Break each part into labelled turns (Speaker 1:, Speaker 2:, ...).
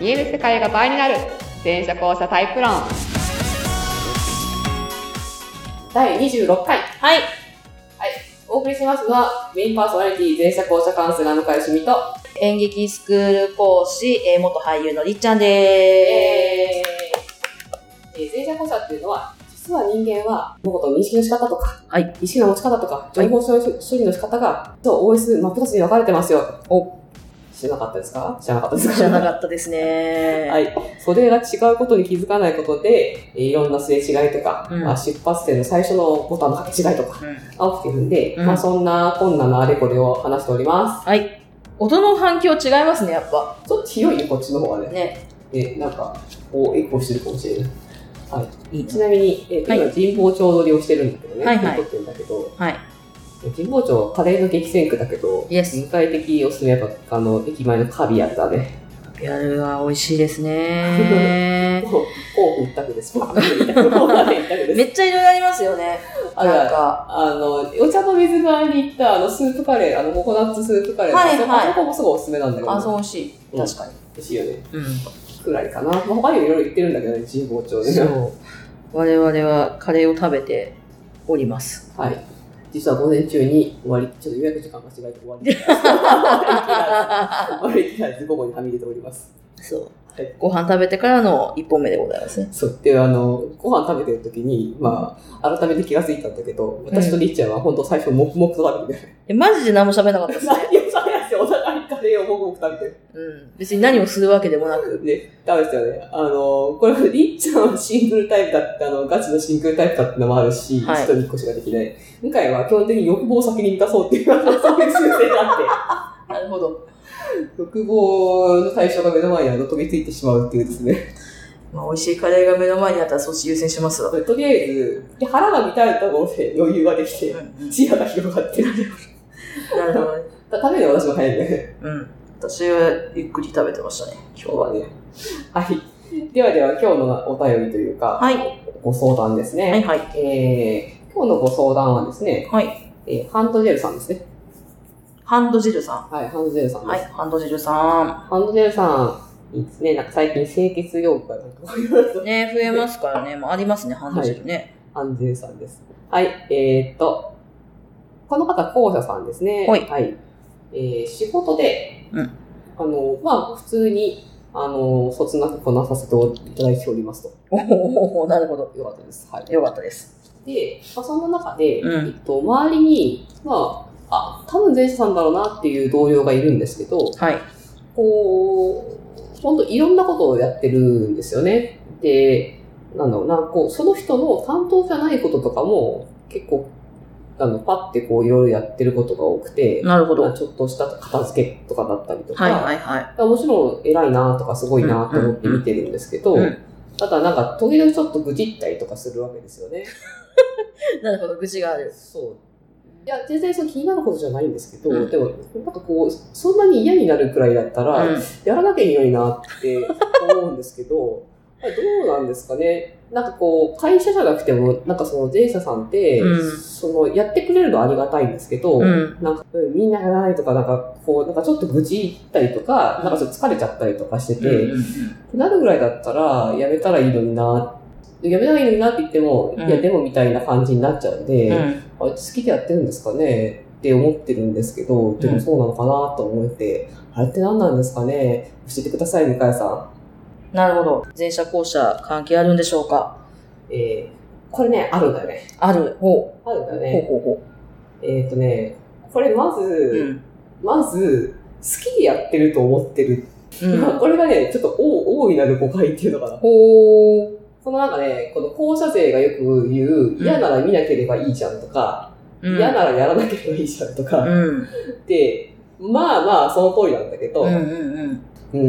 Speaker 1: 見える世界が倍になる全社交差タイプ論第26回
Speaker 2: はい。
Speaker 1: お送りしますのはメインパーソナリティ全社交差カウンセラーのかよしみと
Speaker 2: 演劇スクール講師、えー元俳優のりっちゃんで
Speaker 1: えーえー前者後者っていうのは、実は人間は物事の認識の仕方とか、
Speaker 2: はい
Speaker 1: 意識の持ち方とか、情報処理処理の仕方が、と OS 真っ二つに分かれてますよ。
Speaker 2: お。
Speaker 1: 知らなかったですか知らなかったですすか
Speaker 2: 知らなかったですね。
Speaker 1: はい。それが違うことに気づかないことで、えーいろんなすれ違いとか、
Speaker 2: うん
Speaker 1: まあ、出発点の最初のボタンの掛け違いとか、
Speaker 2: うん
Speaker 1: あ起きてるんで、
Speaker 2: うん
Speaker 1: まあそんな困難なあれこれを話しておりま
Speaker 2: はい。音の反響違いますね、やっぱ。
Speaker 1: す。ちょっと広いね、こっちの方がね。
Speaker 2: ね。
Speaker 1: ね、なんか、こう、エコーしてるかもしれない。はい。
Speaker 2: いい
Speaker 1: ちなみに、えーと
Speaker 2: はい
Speaker 1: 今人望町乗りをしてるんだけどね、
Speaker 2: はいはい
Speaker 1: 撮ってるんだけど、
Speaker 2: はい。
Speaker 1: 神保町カレーの激戦区だけど、
Speaker 2: イエス
Speaker 1: 具体的おすすめやっぱ、あの、駅前のカビアだね。
Speaker 2: ビアルは美味しいですね。
Speaker 1: もう甲府一択です。甲府一択甲府一択で
Speaker 2: め
Speaker 1: す。
Speaker 2: っちゃいろいろありますよね。
Speaker 1: あ
Speaker 2: なん
Speaker 1: ら、
Speaker 2: か。
Speaker 1: あの、お茶の水側に行った、あの、スープカレー、あの、ココナッツスープカレー、
Speaker 2: はい
Speaker 1: あそこ
Speaker 2: はい
Speaker 1: あそこもすごいおすすめなんだけど、
Speaker 2: あ、そう美味しい。確かに。
Speaker 1: 美味しいよね。
Speaker 2: うん。
Speaker 1: くらいかな。まあ、他にもいろいろ行ってるんだけどね、神保町で。
Speaker 2: そう。我々はカレーを食べており ます。
Speaker 1: はい。実は午前中に終わり、ちょっと予約時間間違えて終わり。終わりきらず、午後にはみ出ております。
Speaker 2: そう
Speaker 1: はい。
Speaker 2: ご飯食べてからの一本目でございますね。
Speaker 1: そうであのご飯食べてる時に、まあ、改めて気がついたんだけど私とりっちゃんは本当最初黙々と食べてる、
Speaker 2: えマジで何も喋らなかったですね。
Speaker 1: 何を食べないですよお互いカレーを黙々食べて
Speaker 2: うん。別に何をするわけでもなく。
Speaker 1: るでダメですよねあのこれはりっちゃんはシングルタイプだってあのガチのシングルタイプだってのもあるし、
Speaker 2: はい
Speaker 1: 一人っ子しかできない向井は基本的に欲望を先に満たそうっていうあのそういう習性があっ
Speaker 2: なるほど。
Speaker 1: て欲望の対象が目の前にあの飛びついてしまうっていうですね
Speaker 2: まあ、美味しいカレーが目の前にあったらそっち優先しますわ。
Speaker 1: とりあえずで腹が満たれたところで余裕ができて
Speaker 2: うんうん
Speaker 1: 視野が広がって る
Speaker 2: なるほどね。
Speaker 1: 食べるの私も早いね
Speaker 2: うん。私はゆっくり食べてましたね、今
Speaker 1: 今日はね。 はい。ではでは今日のお便りというか、
Speaker 2: はい
Speaker 1: ご相談です
Speaker 2: は。はい
Speaker 1: ね、
Speaker 2: はい。
Speaker 1: えー。今日のご相談はですね、
Speaker 2: はい。
Speaker 1: えーハンドジェルさんですね。
Speaker 2: ハンド汁さ
Speaker 1: はい、ハンドジェルさん
Speaker 2: ん。
Speaker 1: です。
Speaker 2: はい、ハンド汁さ
Speaker 1: ハンドジェルさん、いいですね。なんか最近清潔用具がなんかこういうや
Speaker 2: ん。
Speaker 1: つ
Speaker 2: ね、増えますからね。もうありますね、ハンド汁ね。
Speaker 1: ハンドジェルさんです。はい、えー、っと、この方、校舎さんですね。
Speaker 2: はい
Speaker 1: えー仕事で、
Speaker 2: うん
Speaker 1: あの、まあ、普通に、あの、そつなくこなさせていただいておりますと。
Speaker 2: おおおなるほど。
Speaker 1: よかったです。はい。
Speaker 2: よかったです。
Speaker 1: で、まあ、そんな中で、
Speaker 2: うん
Speaker 1: えっと、周りに、まあ、あ、多分前者さんだろうなっていう同僚がいるんですけど、
Speaker 2: はい。
Speaker 1: こう、本当いろんなことをやってるんですよね。で、なんだろうな、こう、その人の担当じゃないこととかも、結構、あの、パってこう、いろいろやってることが多くて、
Speaker 2: なるほど。
Speaker 1: まあ
Speaker 2: は
Speaker 1: ちょっとした片付けとかだったりとか、
Speaker 2: いはいはい。
Speaker 1: もちろん偉いなとかすごいなと思って見てるんですけど、
Speaker 2: うんうんうん
Speaker 1: ただなんか時々ちょっと愚痴ったりとかするわけですよね。
Speaker 2: なるほど、愚痴がある。
Speaker 1: そう。いや、全然その気になることじゃないんですけど、
Speaker 2: うん
Speaker 1: でも、なんかこう、そんなに嫌になるくらいだった
Speaker 2: う
Speaker 1: ら、
Speaker 2: ん。
Speaker 1: やらなきゃいいのになって思うんですけど、 あれどうなんですかね。なんかこう、会社じゃなくても、なんかその前者さんって、
Speaker 2: うん
Speaker 1: その、やってくれるのはありがたいんですけど、
Speaker 2: うん。
Speaker 1: なんか、うんみんなやらないとか、なんか、こう、なんかちょっと愚痴ったりとか、
Speaker 2: うん
Speaker 1: なんかちょっと疲れちゃったりとかしてて、
Speaker 2: うんうん
Speaker 1: なるぐらいだったら、やめたらいいのにな、やめたらいいのになって言っても、
Speaker 2: うん
Speaker 1: いや、でもみたいな感じになっちゃうんで、
Speaker 2: うん。う
Speaker 1: あ
Speaker 2: ん
Speaker 1: 好きでやってるんですかねって思ってるんですけど、でもそうなのかなと思って、あれって何なんですかね教えてください、みかやさん。
Speaker 2: なるほど。前者後者関係あるんでしょうか
Speaker 1: えー、これね、あるんだよね。
Speaker 2: ある。ほ
Speaker 1: あるんだよ
Speaker 2: う。ほう
Speaker 1: ね。
Speaker 2: ほうほ
Speaker 1: えっ、とね、これまず、
Speaker 2: う。うん。
Speaker 1: まず、好きでやってると思ってる。
Speaker 2: うん。
Speaker 1: これがね、ちょっと大大いなる誤解っていうのかな。
Speaker 2: ほう。
Speaker 1: そのなんかね、この校舎勢がよく言う、嫌なら見なければいいじゃんとか、
Speaker 2: うん
Speaker 1: 嫌ならやらなければいいじゃんとか、
Speaker 2: うん。
Speaker 1: で、まあまあ、その通りなんだけど、
Speaker 2: う
Speaker 1: うん、
Speaker 2: うんんうん。
Speaker 1: これ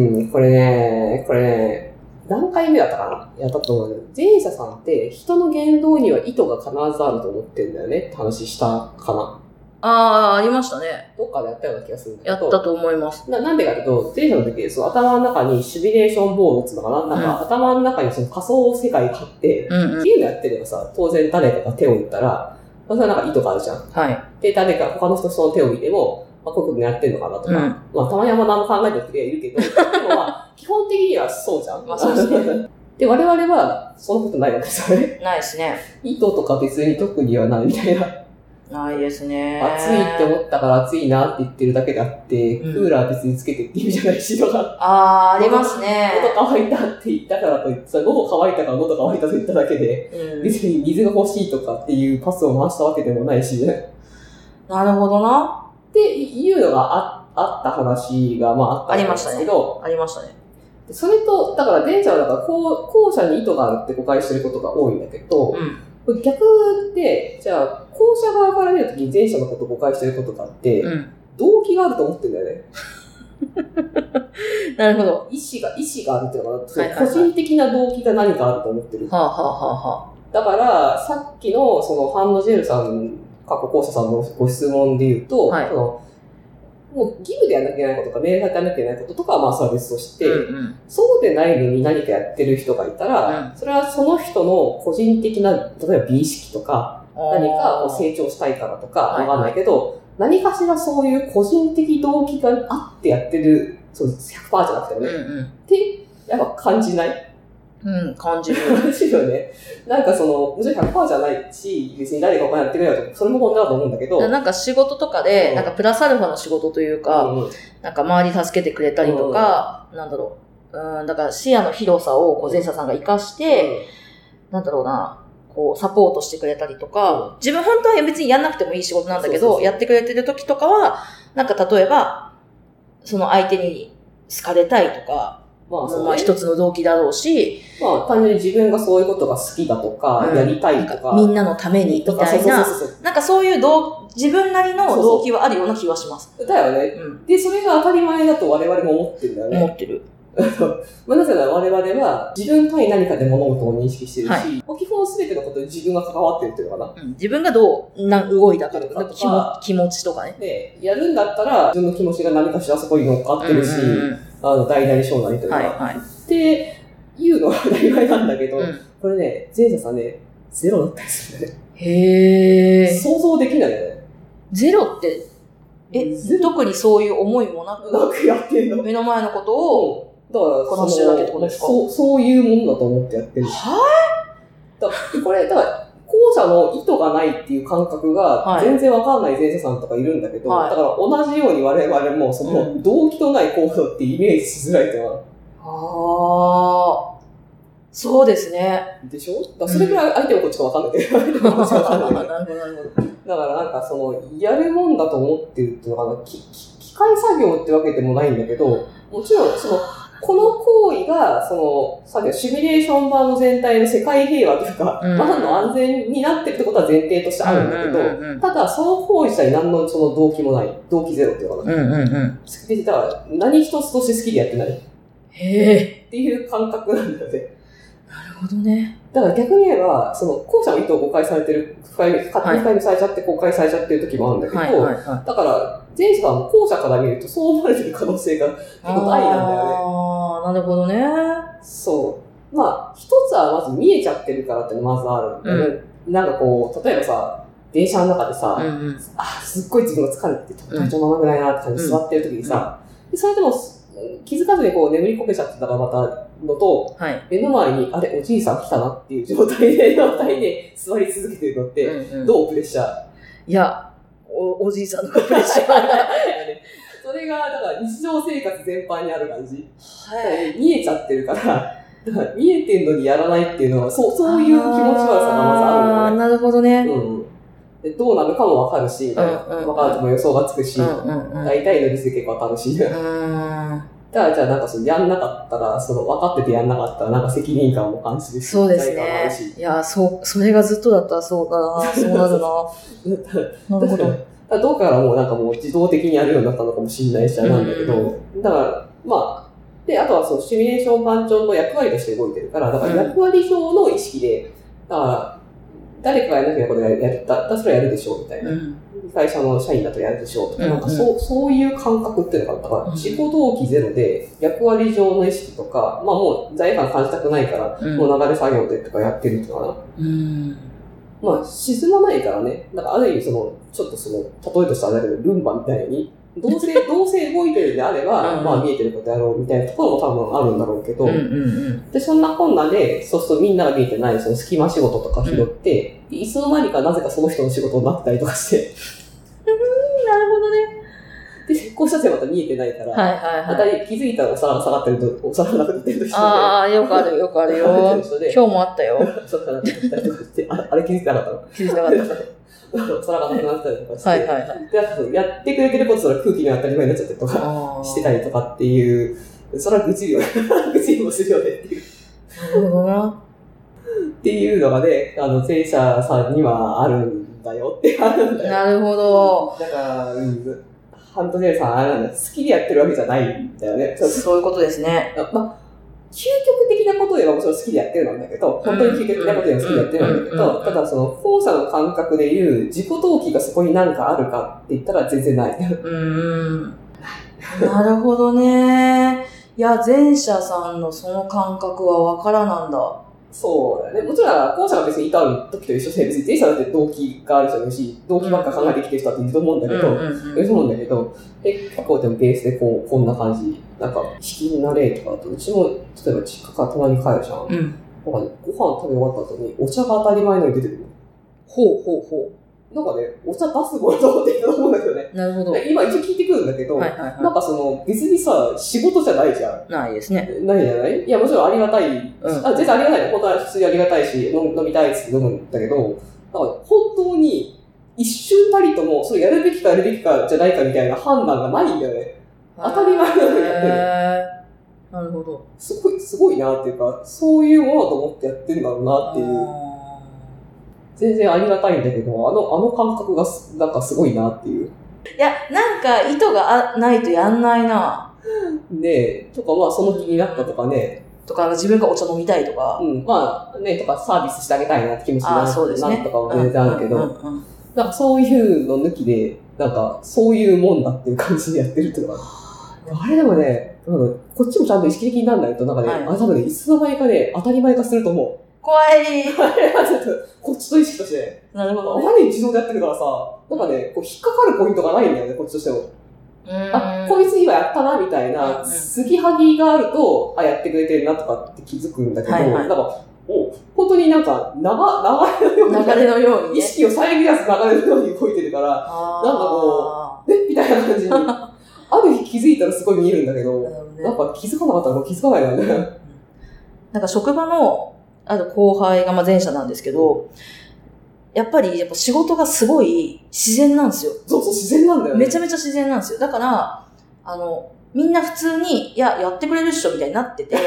Speaker 1: ね、これね、何回目だったかなやったと思うけど前者さんって人の言動には意図が必ずあると思ってんだよねって話したかな。
Speaker 2: ああ、ありましたね。
Speaker 1: どっかでやったような気がするんだけど。
Speaker 2: やったと思います。
Speaker 1: ななんでかというと、前者の時、その頭の中にシミュレーションボードっていうのかななんか、頭の中にその仮想世界があって、
Speaker 2: うんうん。
Speaker 1: ゲームやってればさ、当然誰かが手を打ったら、それはなんか意図があるじゃん。
Speaker 2: はい。
Speaker 1: で、誰か他の人その手を見ても、まあ、こういうこと狙ってんのかなとか、
Speaker 2: うん
Speaker 1: まあ、たまにあんま何も考えてる人がいるけど、でもまあ、基本的にはそうじゃん。
Speaker 2: まあそうです
Speaker 1: ね。で、我々は、そんなことないわけですよね。
Speaker 2: ないですね。
Speaker 1: 糸とか別に特にはないみたいな。
Speaker 2: ないですね。
Speaker 1: 暑いって思ったから暑いなって言ってるだけであって、
Speaker 2: うん
Speaker 1: クーラー別につけてって意味じゃないし、とか、
Speaker 2: あー、ありますね。
Speaker 1: 喉乾いたって言ったからと言ってさ、喉乾いたから喉乾いたと言っただけで、
Speaker 2: うん
Speaker 1: 別に水が欲しいとかっていうパスを回したわけでもないし、ね、
Speaker 2: なるほどな。
Speaker 1: っていうのがああった話が、まああったんですけど、
Speaker 2: ありましたね。
Speaker 1: それと、だから電車はだから後後者に意図があるって誤解してることが多いんだけど、
Speaker 2: うん。
Speaker 1: これ逆で、じゃあ、後者側から見るときに前者のことを誤解してることがあって、
Speaker 2: うん。
Speaker 1: 動機があると思ってんだよね。
Speaker 2: なるほど。
Speaker 1: 意思が、意思があるっていうのかな。
Speaker 2: はいはいはい
Speaker 1: 個人的な動機が何かあると思ってる。
Speaker 2: はあ、はあはあは
Speaker 1: だから、さっきの、その、ハンノジェルさん、過去校舎さんのご質問で言うと、
Speaker 2: はい
Speaker 1: そのもう義務でやらなきゃいけないこととか、命令でやらなきゃいけないこととかは、まあ、それは別とし
Speaker 2: あ。
Speaker 1: て、
Speaker 2: うんうん。
Speaker 1: そうでないのに何かやってる人がいたら、それはその人の個人的な、例えば美意識とか、何かこう成長したいからとか、
Speaker 2: はいは
Speaker 1: わ
Speaker 2: い
Speaker 1: かんないけど、何かしらそういう個人的動機があってやってる、そう、100%じゃなくて
Speaker 2: う
Speaker 1: ね、
Speaker 2: ん
Speaker 1: って、やっぱ感じない
Speaker 2: うん。うん、感じる。
Speaker 1: 感じるよね。なんかその、もちろん100%じゃないし、別に誰かがやってくれよと、それも本当だと思うんだけど、
Speaker 2: なんか仕事とかで、
Speaker 1: うん
Speaker 2: なんかプラスアルファの仕事というか、
Speaker 1: うんうん
Speaker 2: なんか周り助けてくれたりとか、なんだろう。うん、だから視野の広さをこう前者さんが活かして、なんだろうな、こうサポートしてくれたりとか、自分本当は別にやんなくてもいい仕事なんだけ
Speaker 1: そ
Speaker 2: ど、
Speaker 1: うそうそう
Speaker 2: やってくれてる時とかは、なんか例えば、その相手に好かれたいとか、
Speaker 1: まあ、そ
Speaker 2: ま
Speaker 1: の
Speaker 2: あ一つの動機だろうし、
Speaker 1: まあ、単純に自分がそういうことが好きだとか、
Speaker 2: うん
Speaker 1: やりた
Speaker 2: ないん
Speaker 1: と
Speaker 2: か
Speaker 1: か、
Speaker 2: みんなのためにみ
Speaker 1: とか、
Speaker 2: た
Speaker 1: そう
Speaker 2: い
Speaker 1: そう
Speaker 2: な、
Speaker 1: そうそ
Speaker 2: なんかそういう動自分なりの動機はあるような気はします。
Speaker 1: う。だよね。
Speaker 2: うん、
Speaker 1: で、それが当たり前だと我々も思ってるんだよね。
Speaker 2: 思ってる。
Speaker 1: まあ、なぜなら我々は自分対何かで物事を認識してるし、
Speaker 2: は
Speaker 1: まあ基本全てのことに自分が関わってるっていうのかな。
Speaker 2: うん、自分がどうな動いたかとか、なんか気も気持ちとかね。
Speaker 1: で、やるんだったら自分の気持ちが何かしらそこに乗っかってるし、
Speaker 2: うんうんう
Speaker 1: あの、大なり小なりというんか、
Speaker 2: はいはい。
Speaker 1: っていうのが当たり前なんだけど、
Speaker 2: うん
Speaker 1: これね、前者さんね、ゼロだったりするね。
Speaker 2: へえ。
Speaker 1: 想像できないよね。
Speaker 2: ゼロって、え、
Speaker 1: ゼロ
Speaker 2: 特にそういう思いもなく、
Speaker 1: なくやってんの。
Speaker 2: 目の前のことを、
Speaker 1: そう。だから、
Speaker 2: この人だけってことですか
Speaker 1: そう、そういうもんだと思ってやってる。
Speaker 2: は
Speaker 1: だからこれ、だから、後者の意図がないっていう感覚が
Speaker 2: は、い
Speaker 1: 全然わかんない前者さんとかいるんだけど、
Speaker 2: はい
Speaker 1: だから同じように我々も、その、動機のない行動ってイメージしづらいってのは、
Speaker 2: ああ、そうですね。
Speaker 1: でしょだからそれぐらい相手もこっちかわかんないけど、相手もこっちかわかんないけど だからなんかその、やるもんだと思ってるっていうのかな、きき機械作業ってわけでもないんだけど、もちろんその、この行為が、その、さっきのシミュレーション版の全体の世界平和というか、
Speaker 2: うん
Speaker 1: 万の安全になってるってことは前提としてあるんだけど、
Speaker 2: うんうん
Speaker 1: ただ、その行為自体何のその動機もない。動機ゼロっていうのかな。
Speaker 2: うんうんうん。
Speaker 1: でだから、何一つとして好きでやってないっ
Speaker 2: へえ、
Speaker 1: ていう感覚なんだよね。
Speaker 2: なるほどね。
Speaker 1: だから逆に言えば、その、後者の意図を誤解されてる、深い、勝手に深読みされちゃって誤解されちゃってる時もあるんだけど、
Speaker 2: はいはいはい。
Speaker 1: だから、前者は後者から見るとそう思われてる可能性が、構愛なんだよね
Speaker 2: ああ、なるほどね。
Speaker 1: そう。まあ、一つはまず見えちゃってるからってのまずあるんだよね。なんかこう、例えばさ、電車の中でさ、
Speaker 2: うんうん。
Speaker 1: あ、すっごい自分が疲れてて、体調も甘くないなって感じで座ってる時にさ、でそれでもす気づかずにこう眠りこけちゃってたらまたのと、
Speaker 2: はい。
Speaker 1: 目の前に、あれ、おじいさん来たなっていう状態で、状態で座り続けてるのって、
Speaker 2: うんうん
Speaker 1: どうプレッシャー
Speaker 2: いや、おおじいさんのプレッシャー。
Speaker 1: それが、だから日常生活全般にある感じ。
Speaker 2: はい。
Speaker 1: 見えちゃってるから、だから見えてんのにやらないっていうのは、そう、そういう気持ち悪さがま
Speaker 2: あ
Speaker 1: ず
Speaker 2: ー
Speaker 1: あ
Speaker 2: なるほどね
Speaker 1: る。よね。うん。で、どうなるかもわかるし、みたいな。
Speaker 2: うんうん
Speaker 1: わかるとも予想がつくし、
Speaker 2: うんうんうん。
Speaker 1: 大体のリス結構楽しい。だか
Speaker 2: うん
Speaker 1: ら、じゃあなんかその、やんなかったら、その、分かっててやんなかったら、なんか責任感も感じるし、
Speaker 2: そうです
Speaker 1: 罪悪感もあるし
Speaker 2: ね。いや、そう、それがずっとだったらそうだな、そうなる な。なるほど。
Speaker 1: だからどうからもうなんかもう自動的にやるようになったのかもしれないし、あれなんだけど、だから、まあ、で、あとはそのシミュレーション番長の役割として動いてるから、だから役割表の意識で、だから、誰かがやらなきゃいけないことやる、だだそれはやるでしょうみたいな。
Speaker 2: うん。
Speaker 1: 会社の社員だとやるでしょうとか、
Speaker 2: うん
Speaker 1: なんかそう、そういう感覚っていうのがあったから、
Speaker 2: うん
Speaker 1: 自己動機ゼロで、役割上の意識とか、まあもう罪悪感感じたくないから、
Speaker 2: うん
Speaker 1: もう流れ作業でとかやってるとかな。
Speaker 2: うん。
Speaker 1: まあ、沈まないからね。だから、ある意味、その、ちょっとその、例えとしてあれだけど、ルンバみたいに、ど うせ、どうせ動いてるんであれば、
Speaker 2: うん
Speaker 1: まあ見えてることやろうみたいなところも多分あるんだろうけど、
Speaker 2: うんうん
Speaker 1: で、そんなこんなで、そうするとみんなが見えてない、その隙間仕事とか拾って、いつの間にかなぜかその人の仕事になったりとかして、
Speaker 2: うん。なるほどね。
Speaker 1: で、接行車線また見えてないから、
Speaker 2: はいはいはい。
Speaker 1: また気づいたらお皿が下がってると、お皿がなくなってるとして、
Speaker 2: ああ、よくあるよくある
Speaker 1: 下がって
Speaker 2: よ。
Speaker 1: る人
Speaker 2: 今
Speaker 1: で、
Speaker 2: 日もあったよ。
Speaker 1: お皿がなくなったりとかして、ああれ気づいてなかっ
Speaker 2: 気づかなかった
Speaker 1: のお皿がなくなったりとかして、
Speaker 2: た。はいはいはい。
Speaker 1: であとやってくれてることすら空気の当たり前になっちゃってとか、
Speaker 2: あ
Speaker 1: してたりとかっていう、それは愚痴よね。愚痴もするよねっていう。
Speaker 2: ーなるほどな。
Speaker 1: っていうのがね、あの、前者さんにはあるんだよってあるんだよ。
Speaker 2: なるほど。
Speaker 1: だから、うん、ハンドネルさん、あれなんだ、好きでやってるわけじゃないんだよね。そう
Speaker 2: そういうことですね。
Speaker 1: あまあ、究極的なことを言えばもちろん好きでやってるなんだけど、本当に究極的なことを言えば好きでやってるなんだけ
Speaker 2: うんうん
Speaker 1: ど、ただその、後者の感覚で言う自己動機がそこに何かあるかって言ったら全然ない。
Speaker 2: うーん。なるほどね。いや、前者さんのその感覚はわからなんだ。
Speaker 1: そうだね。もちろん、後者が別にいた時と一緒で、別に前者だって動機がある人もいるし、動機ばっか考えてきてる人だっていると思うんだけど、いると思うんだけど、え結構でもベースでこう、こんな感じ。なんか、資金なれとかだと、うちも、例えば実家から泊まりに帰るじゃん。
Speaker 2: うん。
Speaker 1: なんかね、ご飯食べ終わった後に、お茶が当たり前のように出てくる
Speaker 2: ほうほうほ
Speaker 1: の。なんかね、お茶出すごと思ってると思うんだけどね。
Speaker 2: う。なるほど。はい
Speaker 1: 今一応聞いてくるんだけど、
Speaker 2: はいは
Speaker 1: なんかその、別にさ、仕事じゃないじゃん。
Speaker 2: い。ないですね。
Speaker 1: ないじゃないいや、もちろんありがたい。
Speaker 2: うん
Speaker 1: あ全然ありがたい。本当は普通にありがたいし、飲む飲みたいっつって飲むんだけど、なんか本当に一瞬たりとも、それやるべきかやるべきかじゃないかみたいな判断がないんだよね。当たり前のようにやってる
Speaker 2: へーなるほど。
Speaker 1: すごい、すごいなっていうか、そういうものだと思ってやってんだろうなっていう。全然ありがたいんだけど、あの、あの感覚がすなんかすごいなっていう。
Speaker 2: いや、なんか意図があないとやんないな。
Speaker 1: で、とかまあその気になったとかね、
Speaker 2: とか、自分がお茶飲みたいとか
Speaker 1: う。ん、まあね、とかサービスしてあげたいなって気持ちにな
Speaker 2: あーそうですね
Speaker 1: なんとかは全然あるけど、
Speaker 2: うんうんうんうん
Speaker 1: なんかそういうの抜きで、なんかそういうもんだっていう感じでやってるっていうのがあれでもね、うんこっちもちゃんと意識的にならないと、なんかね、
Speaker 2: はい
Speaker 1: あ多分ね、いつの間にかね、当たり前化すると思う。
Speaker 2: 怖い。
Speaker 1: あれはちょっと、こっちと意識としてね、
Speaker 2: なるほどね。
Speaker 1: あまりに自動でやってるからさ、なんかね、こう引っかかるポイントがないんだよね、こっちとしても。あ、こいつ今やったな、みたい
Speaker 2: うんう
Speaker 1: な、
Speaker 2: ん
Speaker 1: すぎはぎがあると、あ、やってくれてるなとかって気づくんだけど、
Speaker 2: はいは
Speaker 1: な
Speaker 2: い
Speaker 1: んか、お、本当になんか、長、流れのように、
Speaker 2: 流れのように
Speaker 1: 意
Speaker 2: ね。
Speaker 1: 識を遮り出す流れのように動いてるから、なんかこねみたいな感 じに。ある日気づいたらすごい見えるんだけ
Speaker 2: あー
Speaker 1: ど、
Speaker 2: なるほどね
Speaker 1: なんか気づかなかったらもう気づかないよね。
Speaker 2: なんか職場の、ある後輩がまあ前者なんですけど、やっぱりやっぱ仕事がすごい自然なんですよ。
Speaker 1: そうそう、自然なんだよね。
Speaker 2: めちゃめちゃ自然なんですよ。だから、あの、みんな普通に、いや、やってくれるっしょみたいになっ てて、そ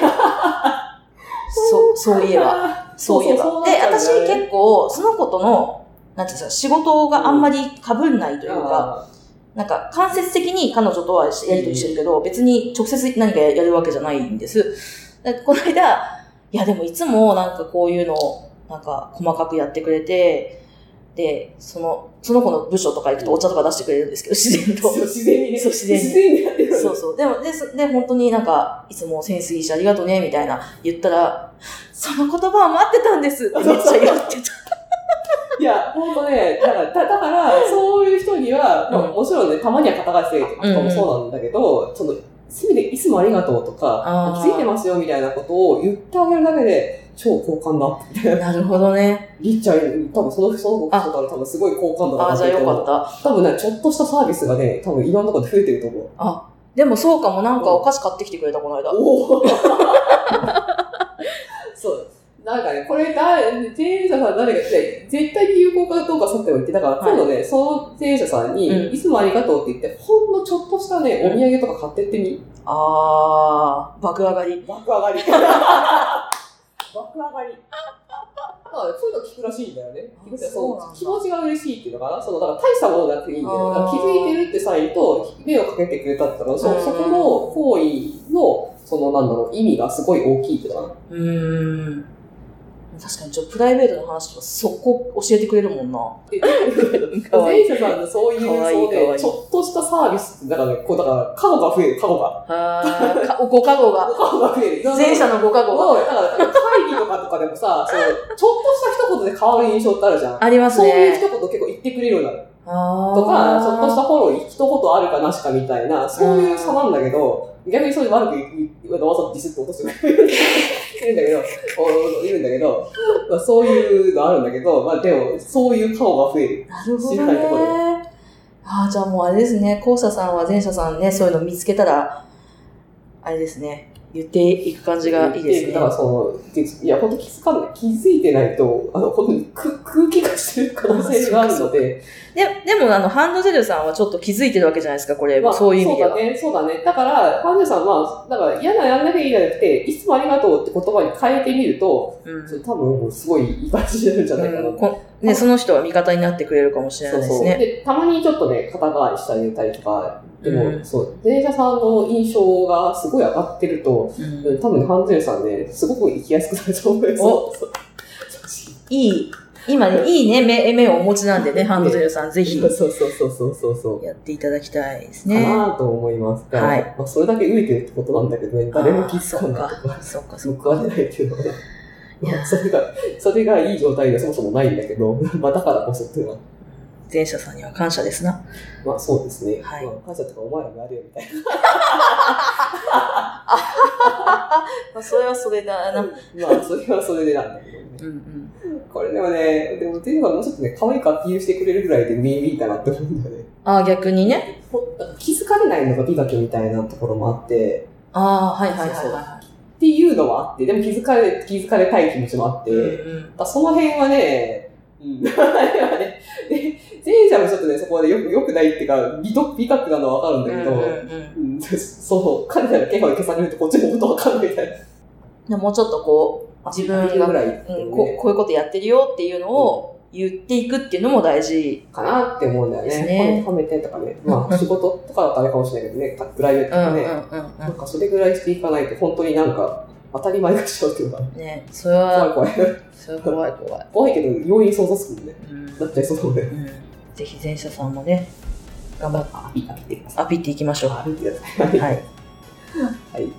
Speaker 2: う、そういえば、
Speaker 1: ば。
Speaker 2: そういえ
Speaker 1: そうそう
Speaker 2: ば。
Speaker 1: そう
Speaker 2: で、
Speaker 1: なっちゃう
Speaker 2: 私
Speaker 1: よね
Speaker 2: 結構、その子との、なんていうんですか、仕事があんまり被んないというか、
Speaker 1: あ
Speaker 2: なんか間接的に彼女とはやりとりしてるけど、別に直接何かやるわけじゃないんです。でこの間、いやでもいつもなんかこういうのをなんか細かくやってくれて、で、その、その子の部署とか行くとお茶とか出してくれるんですけど、自然
Speaker 1: ー
Speaker 2: と
Speaker 1: そう。自然にね。
Speaker 2: そう自然に
Speaker 1: にやってるよね。
Speaker 2: そうそう。でも、で、そで本当になんか、いつもセンスいいしありがとうね、みたいな言ったら、その言葉を待ってたんですってめっちゃ言ってた。
Speaker 1: いや、ほんとね、だから、だだから、そういう人には、まあ
Speaker 2: うん
Speaker 1: もちろんね、たまには肩がしてとかもそうなんだけど、その、せめていつもありがとうと
Speaker 2: あ
Speaker 1: か、気
Speaker 2: ー
Speaker 1: づいてますよみたいなことを言ってあげるだけで、超好感度アップ。
Speaker 2: なるほどね。
Speaker 1: りっちゃん、多分その、その子とから多分すごい好感度
Speaker 2: あ
Speaker 1: が
Speaker 2: あ、
Speaker 1: 上がってる
Speaker 2: じゃあよ
Speaker 1: と思う
Speaker 2: かった。
Speaker 1: 多分ね、ちょっとしたサービスがね、多分いろんなとこで増えてると思う。
Speaker 2: でもそうかも、なんかお菓子買ってきてくれた、この間。
Speaker 1: おお そう。なんかね、これ、だ、前者さん誰か、ね、絶対に有効かどうかさっきも言ってたから、
Speaker 2: はい
Speaker 1: 今度ね、その前者さんに、
Speaker 2: うん
Speaker 1: いつもありがとうって言って、ほんのちょっとしたね、
Speaker 2: うん
Speaker 1: お土産とか買ってってみ。
Speaker 2: あー、爆上がり。
Speaker 1: 爆上がり。爆上がり。だからそういうの聞くらしいんだよね。聞くって
Speaker 2: あそうなんだ
Speaker 1: そう気持ちが嬉しいっていうのかな。その、だから大したものじゃなくていいんだよ。
Speaker 2: あ
Speaker 1: だ
Speaker 2: ー
Speaker 1: から気づいてるってサインと、目をかけてくれたってのは、そ
Speaker 2: うん
Speaker 1: そこの行為の、その、なんだろう、意味がすごい大きいっていうのかな。
Speaker 2: うーん。確かに、ちょっとプライベートの話とか、そこ教えてくれるもんな。
Speaker 1: で
Speaker 2: かわいい
Speaker 1: 前者さんのそういう、
Speaker 2: かわいい
Speaker 1: そう
Speaker 2: かわい
Speaker 1: ね、
Speaker 2: い
Speaker 1: ちょっとしたサービスって、だからね、こう、だから、カゴが増える、カゴが。
Speaker 2: あー、か ご加護が。
Speaker 1: カゴが増える。
Speaker 2: 前者のご加護が。
Speaker 1: もうだから、会議とかとかでも さ、そのちょっとした一言で変わる印象ってあるじゃん。
Speaker 2: あります
Speaker 1: そういう
Speaker 2: ね。
Speaker 1: 一言結構言ってくれるようになる。
Speaker 2: あ
Speaker 1: と
Speaker 2: と
Speaker 1: か、ちょっとしたフォロー一言あるかなしかみたいな、そういう差なんだけど、逆にそういう悪く言うわざとディスって落とす人いるんだけど、 おいるんだけど、まあ、そういうのあるんだけど、まあでも、そういう顔が増える。
Speaker 2: なるほ
Speaker 1: 知
Speaker 2: ど
Speaker 1: らないとこ
Speaker 2: ね。ああ、じゃあもうあれですね、校舎さんは前者さんね、そういうの見つけたら、あれですね、言っていく感じがいいですね。
Speaker 1: だからその、でいや、本当気づかない、気づいてないと、あの、本当にく空気化してる可能性があるので、
Speaker 2: ででも、あの、ハンドジェルさんはちょっと気づいてるわけじゃないですか、これ。
Speaker 1: まあ
Speaker 2: そういう意味で
Speaker 1: そ
Speaker 2: は
Speaker 1: う。だね、そうだね。だから、ハンジェさんは、だから嫌なやんなきゃいいじゃなくて、いつもありがとうって言葉に変えてみると、
Speaker 2: うん
Speaker 1: それ多分、すごいいい感じになるんじゃないかな
Speaker 2: うんこね、その人は味方になってくれるかもしれないですね。
Speaker 1: で、たまにちょっとね、肩代わりしてあげたりとか、でも、
Speaker 2: うん
Speaker 1: そう、電車さんの印象がすごい上がってると、
Speaker 2: うん
Speaker 1: 多分ね、ハンゼルさんね、すごく行きやすくなると思います。
Speaker 2: お
Speaker 1: そう
Speaker 2: いい、今ね、いいね、目、目をお持ちなんでね、ハンドジェルさん、ぜひ
Speaker 1: そうそうそうそうそうそうそう。
Speaker 2: やっていただきたいです
Speaker 1: か
Speaker 2: ね。
Speaker 1: なと思いますが、
Speaker 2: はい
Speaker 1: まあ、それだけ飢えてるってことなんだけどね、誰も気づかないとか、
Speaker 2: そうか、そう
Speaker 1: 報わ
Speaker 2: か。
Speaker 1: れないっていうのはね、
Speaker 2: い や
Speaker 1: それが、それがいい状態でそもそもないんだけど、 まあだからこそっていうのは、
Speaker 2: 前者さんには感謝ですな。
Speaker 1: まあそうですね。
Speaker 2: はい
Speaker 1: まあ、感謝とかお前らがあるよみたい
Speaker 2: まあ、それはそれだ
Speaker 1: な。。まあそれはそれでなんだけどね。
Speaker 2: うんうん。
Speaker 1: これでもね、でも、ていうかもうちょっとね、可愛いかって言してくれるぐらいで見えたなって思うんだよね。
Speaker 2: ああ、逆にね。
Speaker 1: ほん気づかれないのが美学みたいなところもあって、
Speaker 2: ああ、はいはいはい
Speaker 1: そうそう
Speaker 2: は
Speaker 1: っていうのはあって、でも気づかれ、気づかれたい気持ちもあっ
Speaker 2: い。
Speaker 1: て、
Speaker 2: うんうん
Speaker 1: まあその辺はね、うん。 あれはねで、前者もちょっとね、そこはね、よく、よくないっていうか、美徳美学なのはわかるんだけど、うん
Speaker 2: うんうん
Speaker 1: そう、彼らの気配を消されるとこっちのことわかんないみたいな。
Speaker 2: でもうちょっとこう、自分
Speaker 1: ぐ
Speaker 2: が、
Speaker 1: らいって
Speaker 2: う
Speaker 1: い
Speaker 2: ん
Speaker 1: う
Speaker 2: こう
Speaker 1: ね、
Speaker 2: こういうことやってるよっていうのを言っていくっていうのも大事。
Speaker 1: かなって思うんだよ
Speaker 2: です
Speaker 1: ね
Speaker 2: ね。
Speaker 1: 褒めてとかね。ま あ、仕事とかだとあれかもしれないけどね、プライベート
Speaker 2: う
Speaker 1: とか
Speaker 2: んうん
Speaker 1: ね。
Speaker 2: うん
Speaker 1: なんかそれぐらいしていかないと、本当になんか当たり前がしちゃうというか、
Speaker 2: うん。ね、それは、
Speaker 1: 怖い怖い。
Speaker 2: それは怖い怖い。
Speaker 1: 怖いけど、容易に想像つくもんね。
Speaker 2: うん
Speaker 1: なっちゃいそうだもんね。
Speaker 2: うんぜひ前者さんもね、頑張って、
Speaker 1: あ、いいか、見てください。
Speaker 2: アピっていきましょう。
Speaker 1: あ、
Speaker 2: は
Speaker 1: 歩いてください。はい。
Speaker 2: い。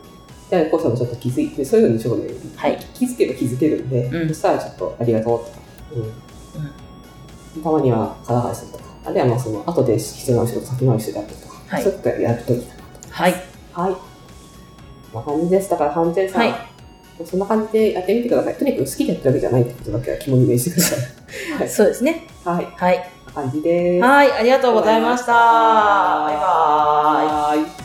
Speaker 1: じゃあ、こうさんもちょっと気づいて、そういうのにしょうね。
Speaker 2: はい。
Speaker 1: 気づけば気づけるんで、
Speaker 2: うん
Speaker 1: そしたらちょっとありがとうとか。うん。たまには肩代わりするとか、あるいはまあその、後で必要なお仕事先回りしてたりとか、
Speaker 2: はい
Speaker 1: そういうことやるといいか
Speaker 2: はい。
Speaker 1: な。はい。こんな感じです。だから、ハンジェルさん。
Speaker 2: はい
Speaker 1: そんな感じでやってみてください。とにかく好きでやってるわけじゃないってことだけは肝に銘じてください。はい
Speaker 2: そうですね。
Speaker 1: はい。
Speaker 2: はい。
Speaker 1: 感じです。あり
Speaker 2: はい、ありがとうございました。バイバーイ。
Speaker 1: イ。